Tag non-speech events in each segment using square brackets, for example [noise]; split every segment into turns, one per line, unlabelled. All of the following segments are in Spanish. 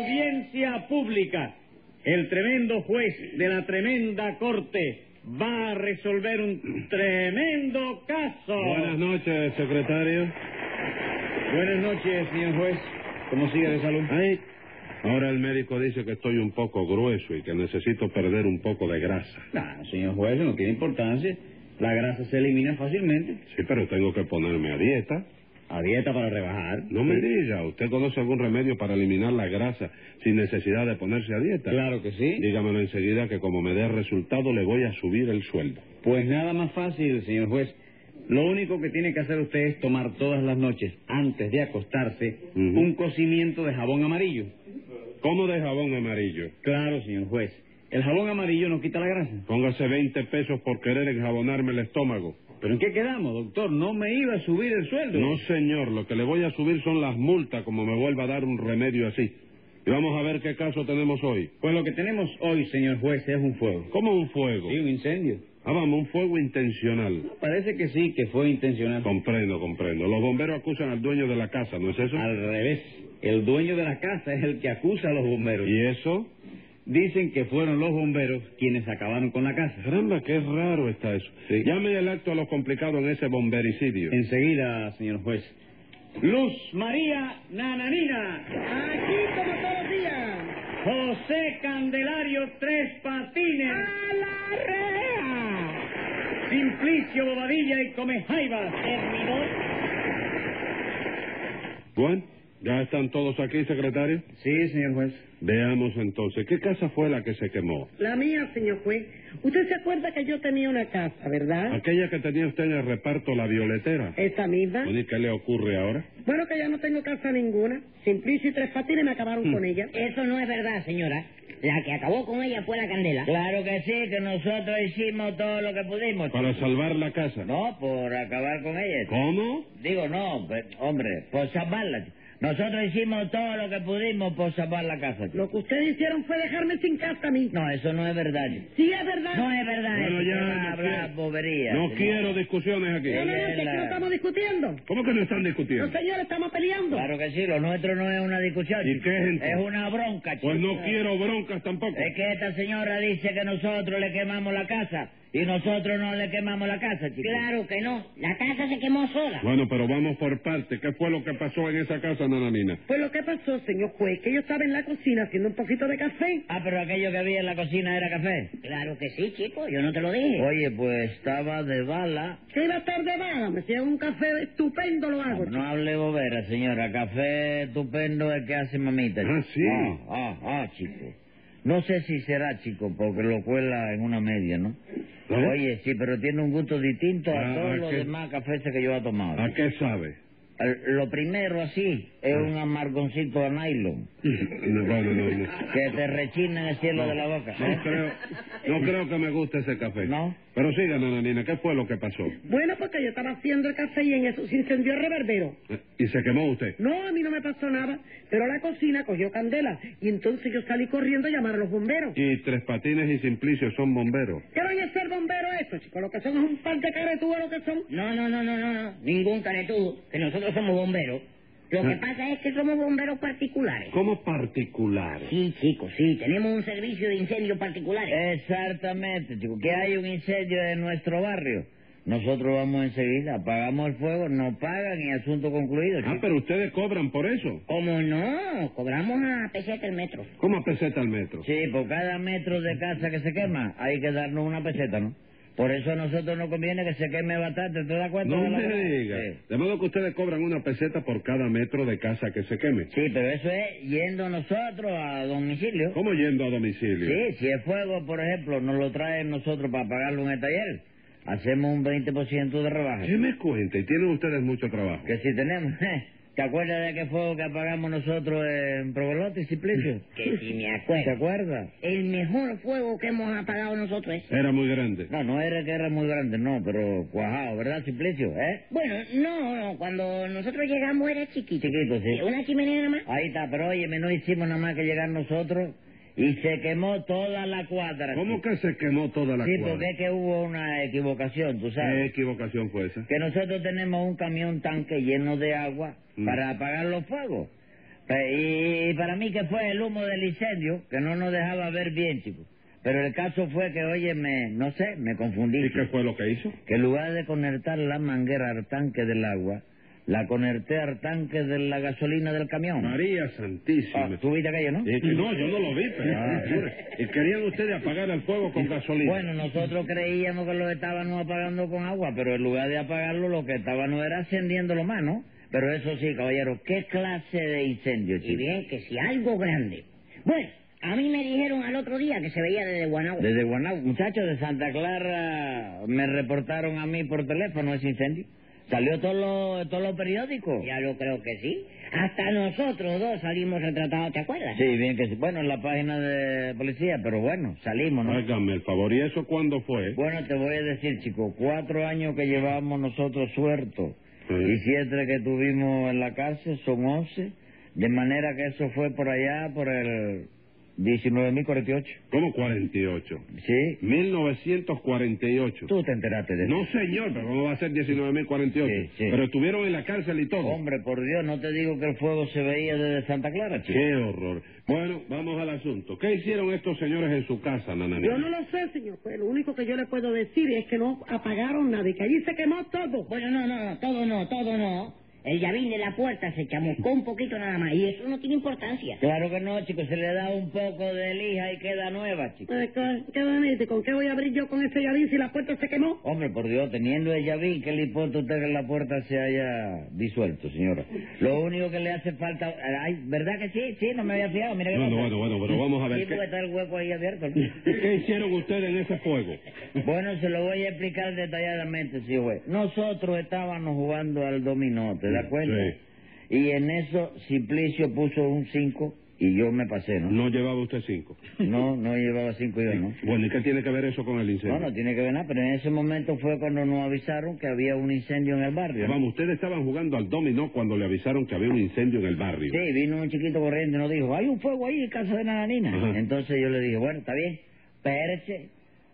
audiencia pública. El tremendo juez de la tremenda corte va a resolver un tremendo caso.
Buenas noches, secretario.
Buenas noches, señor juez. ¿Cómo sigue de salud?
Ay, ahora el médico dice que estoy un poco grueso y que necesito perder un poco de grasa.
Nah, señor juez, no tiene importancia. La grasa se elimina fácilmente.
Sí, pero tengo que ponerme a dieta.
A dieta para rebajar.
No me diga, ¿usted conoce algún remedio para eliminar la grasa sin necesidad de ponerse a dieta?
Claro que sí.
Dígamelo enseguida que como me dé resultado le voy a subir el sueldo.
Pues nada más fácil, señor juez. Lo único que tiene que hacer usted es tomar todas las noches, antes de acostarse,
Ujú.
un cocimiento de jabón amarillo.
¿Cómo de jabón amarillo?
Claro, señor juez. El jabón amarillo no quita la grasa.
Póngase 20 pesos por querer enjabonarme el estómago.
¿Pero en qué quedamos, doctor? No me iba a subir el sueldo.
No, señor, lo que le voy a subir son las multas como me vuelva a dar un remedio así. Y vamos a ver qué caso tenemos hoy.
Pues lo que tenemos hoy, señor juez, es un fuego.
¿Cómo un fuego?
Sí, un incendio.
Ah, vamos, un fuego intencional.
Parece que sí, que fue intencional.
Comprendo, comprendo. Los bomberos acusan al dueño de la casa, ¿no es eso?
Al revés. El dueño de la casa es el que acusa a los bomberos.
¿Y eso?
Dicen que fueron los bomberos quienes acabaron con la casa.
Caramba, qué raro está eso.
Sí.
Llame el acto a lo complicado en ese bombericidio.
Enseguida, señor juez. Luz María Nananina.
Aquí como todos los días.
José Candelario Tres Patines.
¡A la rea!
Simplicio Bobadilla y Comejaivas.
Bueno, ya están todos aquí, secretario.
Sí, señor juez.
Veamos entonces, ¿qué casa fue la que se quemó?
La mía, señor juez. Usted se acuerda que yo tenía una casa,
Ah.
¿verdad?
Aquella que tenía usted en el reparto, la violetera.
Esa
Pues
misma.
Bueno, ¿y qué le ocurre ahora?
Bueno, que ya no tengo casa ninguna. Simplicio y Tres Patines me
Hmm.
acabaron con ella. Eh,
Eso no es verdad, señora. La que acabó con ella fue la candela.
Claro que sí, que nosotros hicimos todo lo que pudimos.
Para salvar la casa.
No, por acabar con ella.
¿Cómo?
Digo, no, pe- hombre, por salvarla. chico. Nosotros hicimos todo lo que pudimos por salvar la casa. chico.
Lo que ustedes hicieron fue dejarme sin casa a mí.
No, eso no es verdad. chico.
Sí, es verdad.
No es verdad.
Bueno,
eso
ya,
se va
no
a hablar
quiero.
bobería.
No
señor.
quiero discusiones aquí.
No, no, no,
es
que aquí
la-
no estamos discutiendo.
¿Cómo que no están
No,
discutiendo?
señores, estamos peleando.
Claro que sí, lo nuestro no es una discusión.
¿Y
chico.
qué es entonces?
Es una bronca, chico.
Pues no quiero broncas tampoco.
Es que esta señora dice que nosotros le quemamos la casa y nosotros no le quemamos la casa, chicos.
Claro que no. La casa se quemó sola.
Bueno, pero vamos por parte. ¿Qué fue lo que pasó en esa casa, Nananina?
Pues lo que pasó, señor juez, que yo estaba en la cocina haciendo un poquito de café.
Ah, pero aquello que había en la cocina era café.
Claro que sí, chico. Yo no te lo dije.
Oye, pues estaba de bala.
Que iba a estar de vaga, me hicieron un café estupendo, lo hago.
No hable bobera, señora. Café estupendo el que hace mamita.
Ah, sí.
Ah, ah, ah, chico. No sé si será, chico, porque lo cuela en una media, ¿no?
¿Eh?
Oye, sí, pero tiene un gusto distinto a
Ah, ¿a
todos los
qué?
demás cafés que yo he tomado.
¿A qué
[laughs]
sabe?
Eh, Lo primero así es
Ah.
un amargoncito de nylon
No, bueno, no, no.
que te rechina en el cielo de la boca. ¿eh?
No creo, no creo que me guste ese
[laughs]
café.
¿No?
Pero siga, Nananina, ¿qué fue lo que pasó?
Bueno, porque yo estaba haciendo el café y en eso se incendió el reverbero.
Eh, ¿Y se quemó usted?
No, a mí no me pasó nada, pero la cocina cogió candela y entonces yo salí corriendo a llamar a los bomberos.
Y Tres Patines y Simplicio son bomberos.
¿Qué van a ser bomberos estos, chicos? Lo que son es un par de caretúas lo que son.
No, no, no, no, no, no. Ningún caretudo. Que nosotros somos bomberos. Lo que
Ah.
pasa es que somos bomberos particulares.
¿Cómo particulares?
Sí, chicos, sí. Tenemos un servicio de incendios particulares.
Exactamente, chico. Que hay un incendio en nuestro barrio. Nosotros vamos enseguida, apagamos el fuego, no pagan y asunto concluido.
Ah,
chico.
pero ustedes cobran por eso.
¿Cómo no? Cobramos a peseta el metro.
¿Cómo a peseta al metro?
Sí, por cada metro de casa que se quema hay que darnos una peseta, ¿no? Por eso a nosotros nos conviene que se queme bastante, ¿te das cuenta?
No
de la
me
cosa?
diga.
Sí.
De modo que ustedes cobran una peseta por cada metro de casa que se queme.
Sí, pero eso es yendo nosotros a domicilio.
¿Cómo yendo a domicilio?
Sí, si es fuego, por ejemplo, nos lo traen nosotros para pagarlo en el taller. Hacemos un 20% de rebaja.
¿Qué me cuenta? Y tienen ustedes mucho trabajo.
Que si tenemos... [laughs] ¿Te acuerdas de aquel fuego que apagamos nosotros en Provolote, Simplicio?
Que si me
¿Te
acuerdo.
acuerdas?
El mejor fuego que hemos apagado nosotros es...
Era muy grande.
No, no era que era muy grande, no, pero cuajado, ¿verdad, Simplicio? ¿Eh?
Bueno, no, no, cuando nosotros llegamos era chiquito.
Chiquito, sí.
Eh, Una chimenea nada más.
Ahí está, pero óyeme, no hicimos nada más que llegar nosotros y se quemó toda la cuadra.
¿Cómo que se quemó toda la
Sí,
cuadra?
porque es que hubo una equivocación, tú
¿Qué
sabes.
equivocación fue esa?
Que nosotros tenemos un camión tanque lleno de agua
Mm.
para apagar los fuegos. Eh, Y para mí que fue el humo del incendio, que no nos dejaba ver bien, chico. Pero el caso fue que, oye, me, no sé, me confundí.
¿Y
chico.
qué fue lo que hizo?
Que en lugar de conectar la manguera al tanque del agua, la conecté al tanque de la gasolina del camión.
María
Ah,
Santísima.
¿Tú viste aquello, no?
Y que- no, yo no lo vi, pero...
Ah.
jure. Y querían ustedes apagar el fuego con gasolina.
Bueno, nosotros creíamos que lo estábamos apagando con agua, pero en lugar de apagarlo, lo que estábamos era encendiéndolo más, ¿no? Pero eso sí, caballero, ¿qué clase de incendio,
Y
chico?
bien, que si algo grande. Bueno, a mí me dijeron al otro día que se veía desde Guanajuato.
Desde Guanajuato, muchachos de Santa Clara me reportaron a mí por teléfono ese incendio. Salió todos los todos los periódicos.
Ya lo creo que sí. Hasta nosotros dos salimos retratados, ¿te acuerdas?
Sí, bien que sí. Bueno, en la página de policía, pero bueno, salimos, ¿no?
Hágame el favor, ¿y eso cuándo fue?
Bueno, te voy a decir, chico, cuatro años que llevamos nosotros sueltos
Sí.
y siete que tuvimos en la cárcel son once, de manera que eso fue por allá, por el 19.048.
¿Cómo 48?
Sí,
1948.
tú te enteraste de eso.
No, señor, pero ¿cómo va a ser 19.048?
Sí, sí.
Pero estuvieron en la cárcel y todo.
Hombre, por Dios, no te digo que el fuego se veía desde Santa Clara, chico.
¡Qué horror! Bueno, vamos al asunto. ¿Qué hicieron estos señores en su casa, Nananina?
Yo no lo sé, señor juez. Lo único que yo le puedo decir es que no apagaron nada y que allí se quemó todo.
Bueno, no, no, no, todo no, todo no. El llavín de la puerta se chamuscó un poquito nada más y eso no tiene importancia.
Claro que no, chico, se le da un poco de lija y queda nueva, chico.
Eh, ¿Qué qué van a decir? ¿Con qué voy a abrir yo con ese llavín si la puerta se quemó?
Hombre, por Dios, teniendo el llavín, ¿qué le importa a usted que la puerta se haya disuelto, señora? Lo único que le hace falta... Ay, ¿verdad que sí? Sí, no me había fijado, mira qué
Bueno,
pasa.
bueno, bueno, pero vamos a ver
Sí,
qué-
porque está el hueco ahí abierto. [laughs]
[laughs] ¿Qué hicieron ustedes en ese fuego?
bueno, se lo voy a explicar detalladamente, sí, güey. Nosotros estábamos jugando al dominó, ¿te das cuenta?
Sí.
Y en eso Simplicio puso un 5 y yo me pasé, ¿no?
No llevaba usted cinco.
No, no llevaba 5 yo, ¿no?
Bueno, ¿y qué tiene que ver eso con el incendio?
No, no tiene que ver nada, pero en ese momento fue cuando nos avisaron que había un incendio en el barrio. ¿no?
Vamos, ustedes estaban jugando al dominó cuando le avisaron que había un incendio en el barrio.
Sí, vino un chiquito corriendo y nos dijo, hay un fuego ahí en casa de Nananina.
Ajá.
Entonces yo le dije, bueno, está bien, espérese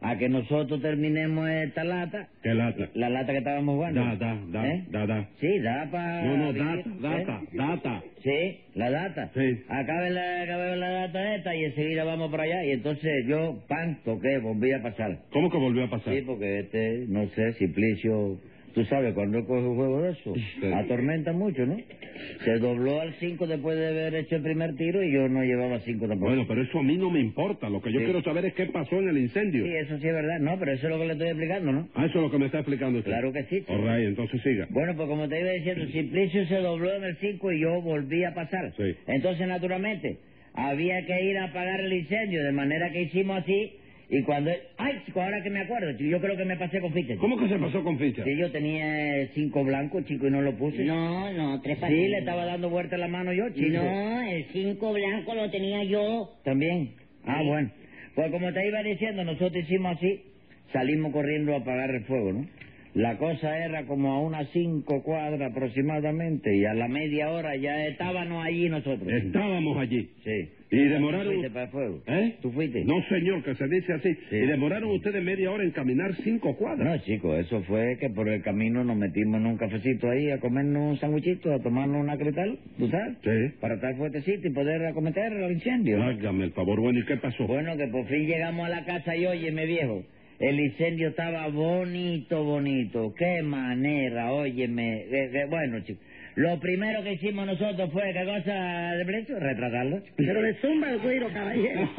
a que nosotros terminemos esta lata,
¿Qué lata?
la lata que estábamos jugando.
Da, da, da,
¿Eh?
da, da.
Sí, da para...
No, no, data, data, data.
Sí, la data.
Sí.
Acabe la, acabe la data esta y enseguida vamos para allá. Y entonces yo, pan, toqué, volví a pasar.
¿Cómo que volvió a pasar?
Sí, porque este, no sé, Simplicio, tú sabes, cuando él coge un juego de eso,
Sí.
atormenta mucho, ¿no? Se dobló al 5 después de haber hecho el primer tiro y yo no llevaba 5 tampoco.
Bueno, pero eso a mí no me importa. Lo que yo
Sí.
quiero saber es qué pasó en el incendio.
sí, eso sí es verdad, no, pero eso es lo que le estoy explicando, ¿no?
Ah, eso es lo que me está explicando usted.
Claro que sí, chico.
All right, entonces siga.
Bueno, pues como te iba diciendo, Simplicio se dobló en el 5 y yo volví a pasar.
Sí.
Entonces, naturalmente, había que ir a apagar el incendio, de manera que hicimos así. Y cuando. ¡Ay, chico! Ahora que me acuerdo, chico, yo creo que me pasé con ficha. chico.
¿Cómo que se pasó con ficha?
Sí, yo tenía eh, cinco blancos, chico, y no lo puse.
No, no, tres
Sí,
patines.
le estaba dando vuelta la mano yo, chico.
No, el cinco blanco lo tenía yo.
También. Ah,
Sí.
bueno. Pues como te iba diciendo, nosotros hicimos así, salimos corriendo a apagar el fuego, ¿no? La cosa era como a unas cinco cuadras aproximadamente, y a la media hora ya estábamos allí nosotros.
Estábamos allí.
Sí.
Eh. Y
¿Tú
demoraron-
fuiste para el fuego?
¿Eh?
¿Tú fuiste?
No, señor, que se dice así.
Sí.
Y demoraron ustedes media hora en caminar cinco cuadras.
No, chico, eso fue que por el camino nos metimos en un cafecito ahí a comernos un sanguchito, a tomarnos una cretal, ¿tú sabes?
Sí.
Para estar fuertecito y poder acometer el incendio.
Hágame el favor. Bueno, ¿y qué pasó?
Bueno, que por fin llegamos a la casa y óyeme, viejo, el incendio estaba bonito, bonito. Qué manera, óyeme. Eh, eh, bueno, chico, lo primero que hicimos nosotros fue, ¿qué cosa de precio? Retratarlo. chico.
Pero le zumba el tiro,
[laughs]
caballero.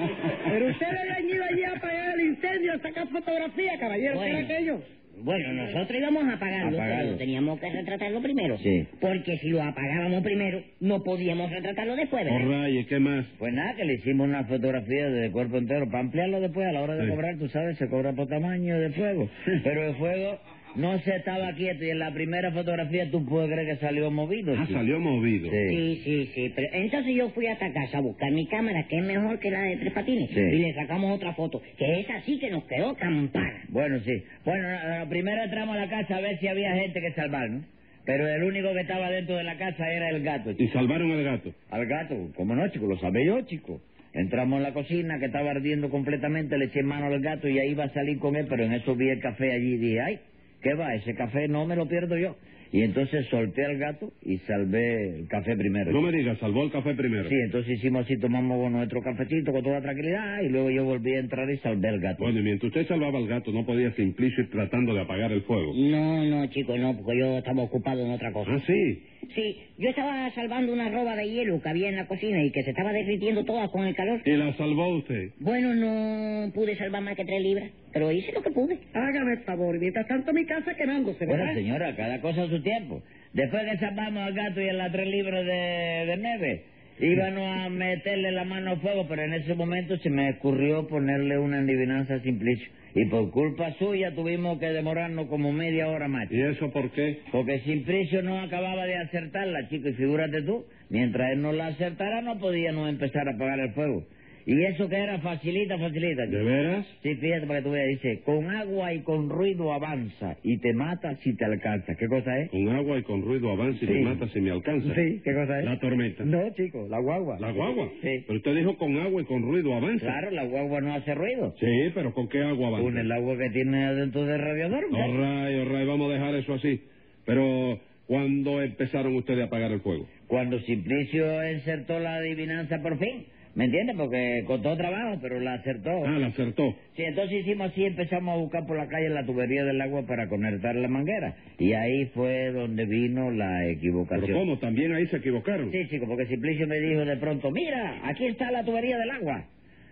Pero ustedes habían ido allí a apagar el incendio, a sacar fotografía, caballero. ¿Qué
Bueno.
era aquello?
Bueno, nosotros íbamos a apagarlo,
Apagarlo.
pero teníamos que retratarlo primero.
Sí.
Porque si lo apagábamos primero, no podíamos retratarlo después, ¿verdad?
All right, ¿y qué más?
Pues nada, que le hicimos una fotografía del cuerpo entero para ampliarlo después a la hora de
Sí.
cobrar, tú sabes, se cobra por tamaño de
[laughs]
fuego. Pero el fuego no se estaba quieto y en la primera fotografía tú puedes creer que salió movido.
Ah,
chico.
salió movido.
Sí.
Sí, sí, sí. Pero entonces yo fui hasta casa a buscar mi cámara, que es mejor que la de Tres Patines.
Sí.
Y le sacamos otra foto, que esa sí que nos quedó campana.
Bueno, sí. Bueno, eh, primero entramos a la casa a ver si había gente que salvar, ¿no? Pero el único que estaba dentro de la casa era el gato,
Y
chico.
salvaron al gato.
Al gato, ¿cómo no, chico? Lo sabía yo, chico. Entramos a la cocina que estaba ardiendo completamente, le eché mano al gato y ahí iba a salir con él, pero en eso vi el café allí y dije, ay, ¿qué va? Ese café no me lo pierdo yo. Y entonces solté al gato y salvé el café primero.
No me digas, salvó el café primero.
Sí, entonces hicimos así, tomamos nuestro cafecito con toda tranquilidad y luego yo volví a entrar y salvé al gato.
Bueno, y mientras usted salvaba al gato, no podía Simplicio ir tratando de apagar el fuego.
No, no, chico, no, porque yo estaba ocupado en otra cosa.
Ah, sí.
Sí, yo estaba salvando una roba de hielo que había en la cocina y que se estaba derritiendo toda con el calor.
Y la salvó usted.
Bueno, no pude salvar más que tres libras, pero hice lo que pude.
Hágame el favor, mientras tanto mi casa quemándose, ¿verdad?
Bueno, señora, cada cosa a su tiempo. Después que salvamos al gato y a las tres libras de, de nieve, íbamos a meterle la mano al fuego, pero en ese momento se me ocurrió ponerle una endivinanza a Simplicio. Y por culpa suya tuvimos que demorarnos como media hora más.
¿Y eso por qué?
Porque Simplicio no acababa de acertarla, chico, y figúrate tú, mientras él no la acertara no podíamos empezar a apagar el fuego. Y eso que era facilita, facilita.
¿De
chico.
veras?
Sí, fíjate para que tú veas, dice, con agua y con ruido avanza y te mata si te alcanza. ¿Qué cosa es?
Con agua y con ruido avanza y me
Sí.
mata si me alcanza.
Sí, ¿qué cosa es?
La tormenta.
No, chico, la guagua.
La guagua.
Sí.
Pero usted dijo con agua y con ruido avanza.
Claro, la guagua no hace ruido.
Sí, pero ¿con qué agua avanza?
Con el agua que tiene adentro del radiador. muchacho.
Orray, orray, vamos a dejar eso así. Pero, ¿cuándo empezaron ustedes a apagar el fuego?
Cuando Simplicio acertó la adivinanza por fin, ¿me entiendes? Porque costó trabajo, pero la acertó.
Ah, la acertó.
Sí, entonces hicimos así, empezamos a buscar por la calle la tubería del agua para conectar la manguera. Y ahí fue donde vino la equivocación.
Pero ¿cómo? También ahí se equivocaron.
Sí, chico, porque Simplicio me dijo de pronto, mira, aquí está la tubería del agua.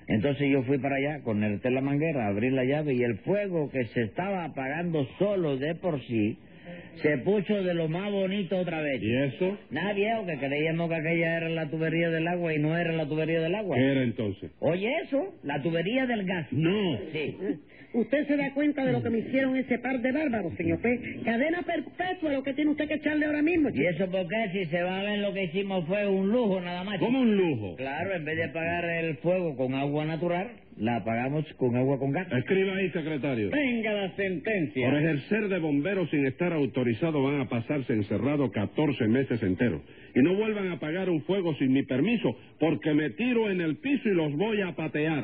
Entonces yo fui para allá, conecté la manguera, abrí la llave y el fuego que se estaba apagando solo de por sí se puso de lo más bonito otra vez.
¿Y eso?
Nada viejo, que creíamos que aquella era la tubería del agua y no era la tubería del agua.
¿Qué era entonces?
Oye, eso, la tubería del gas.
No.
Sí.
Usted se da cuenta de lo que me hicieron ese par de bárbaros, señor Pérez. Cadena perpetua es lo que tiene usted que echarle ahora mismo.
¿Y
chico.
eso porque si se va a ver lo que hicimos fue un lujo nada más? chico.
¿Cómo un lujo?
Claro, en vez de apagar el fuego con agua natural, la apagamos con agua con gas.
Escriba ahí, secretario.
Venga la sentencia.
Por ejercer de bombero sin estar autorizado van a pasarse encerrado 14 meses enteros. Y no vuelvan a apagar un fuego sin mi permiso, porque me tiro en el piso y los voy a patear.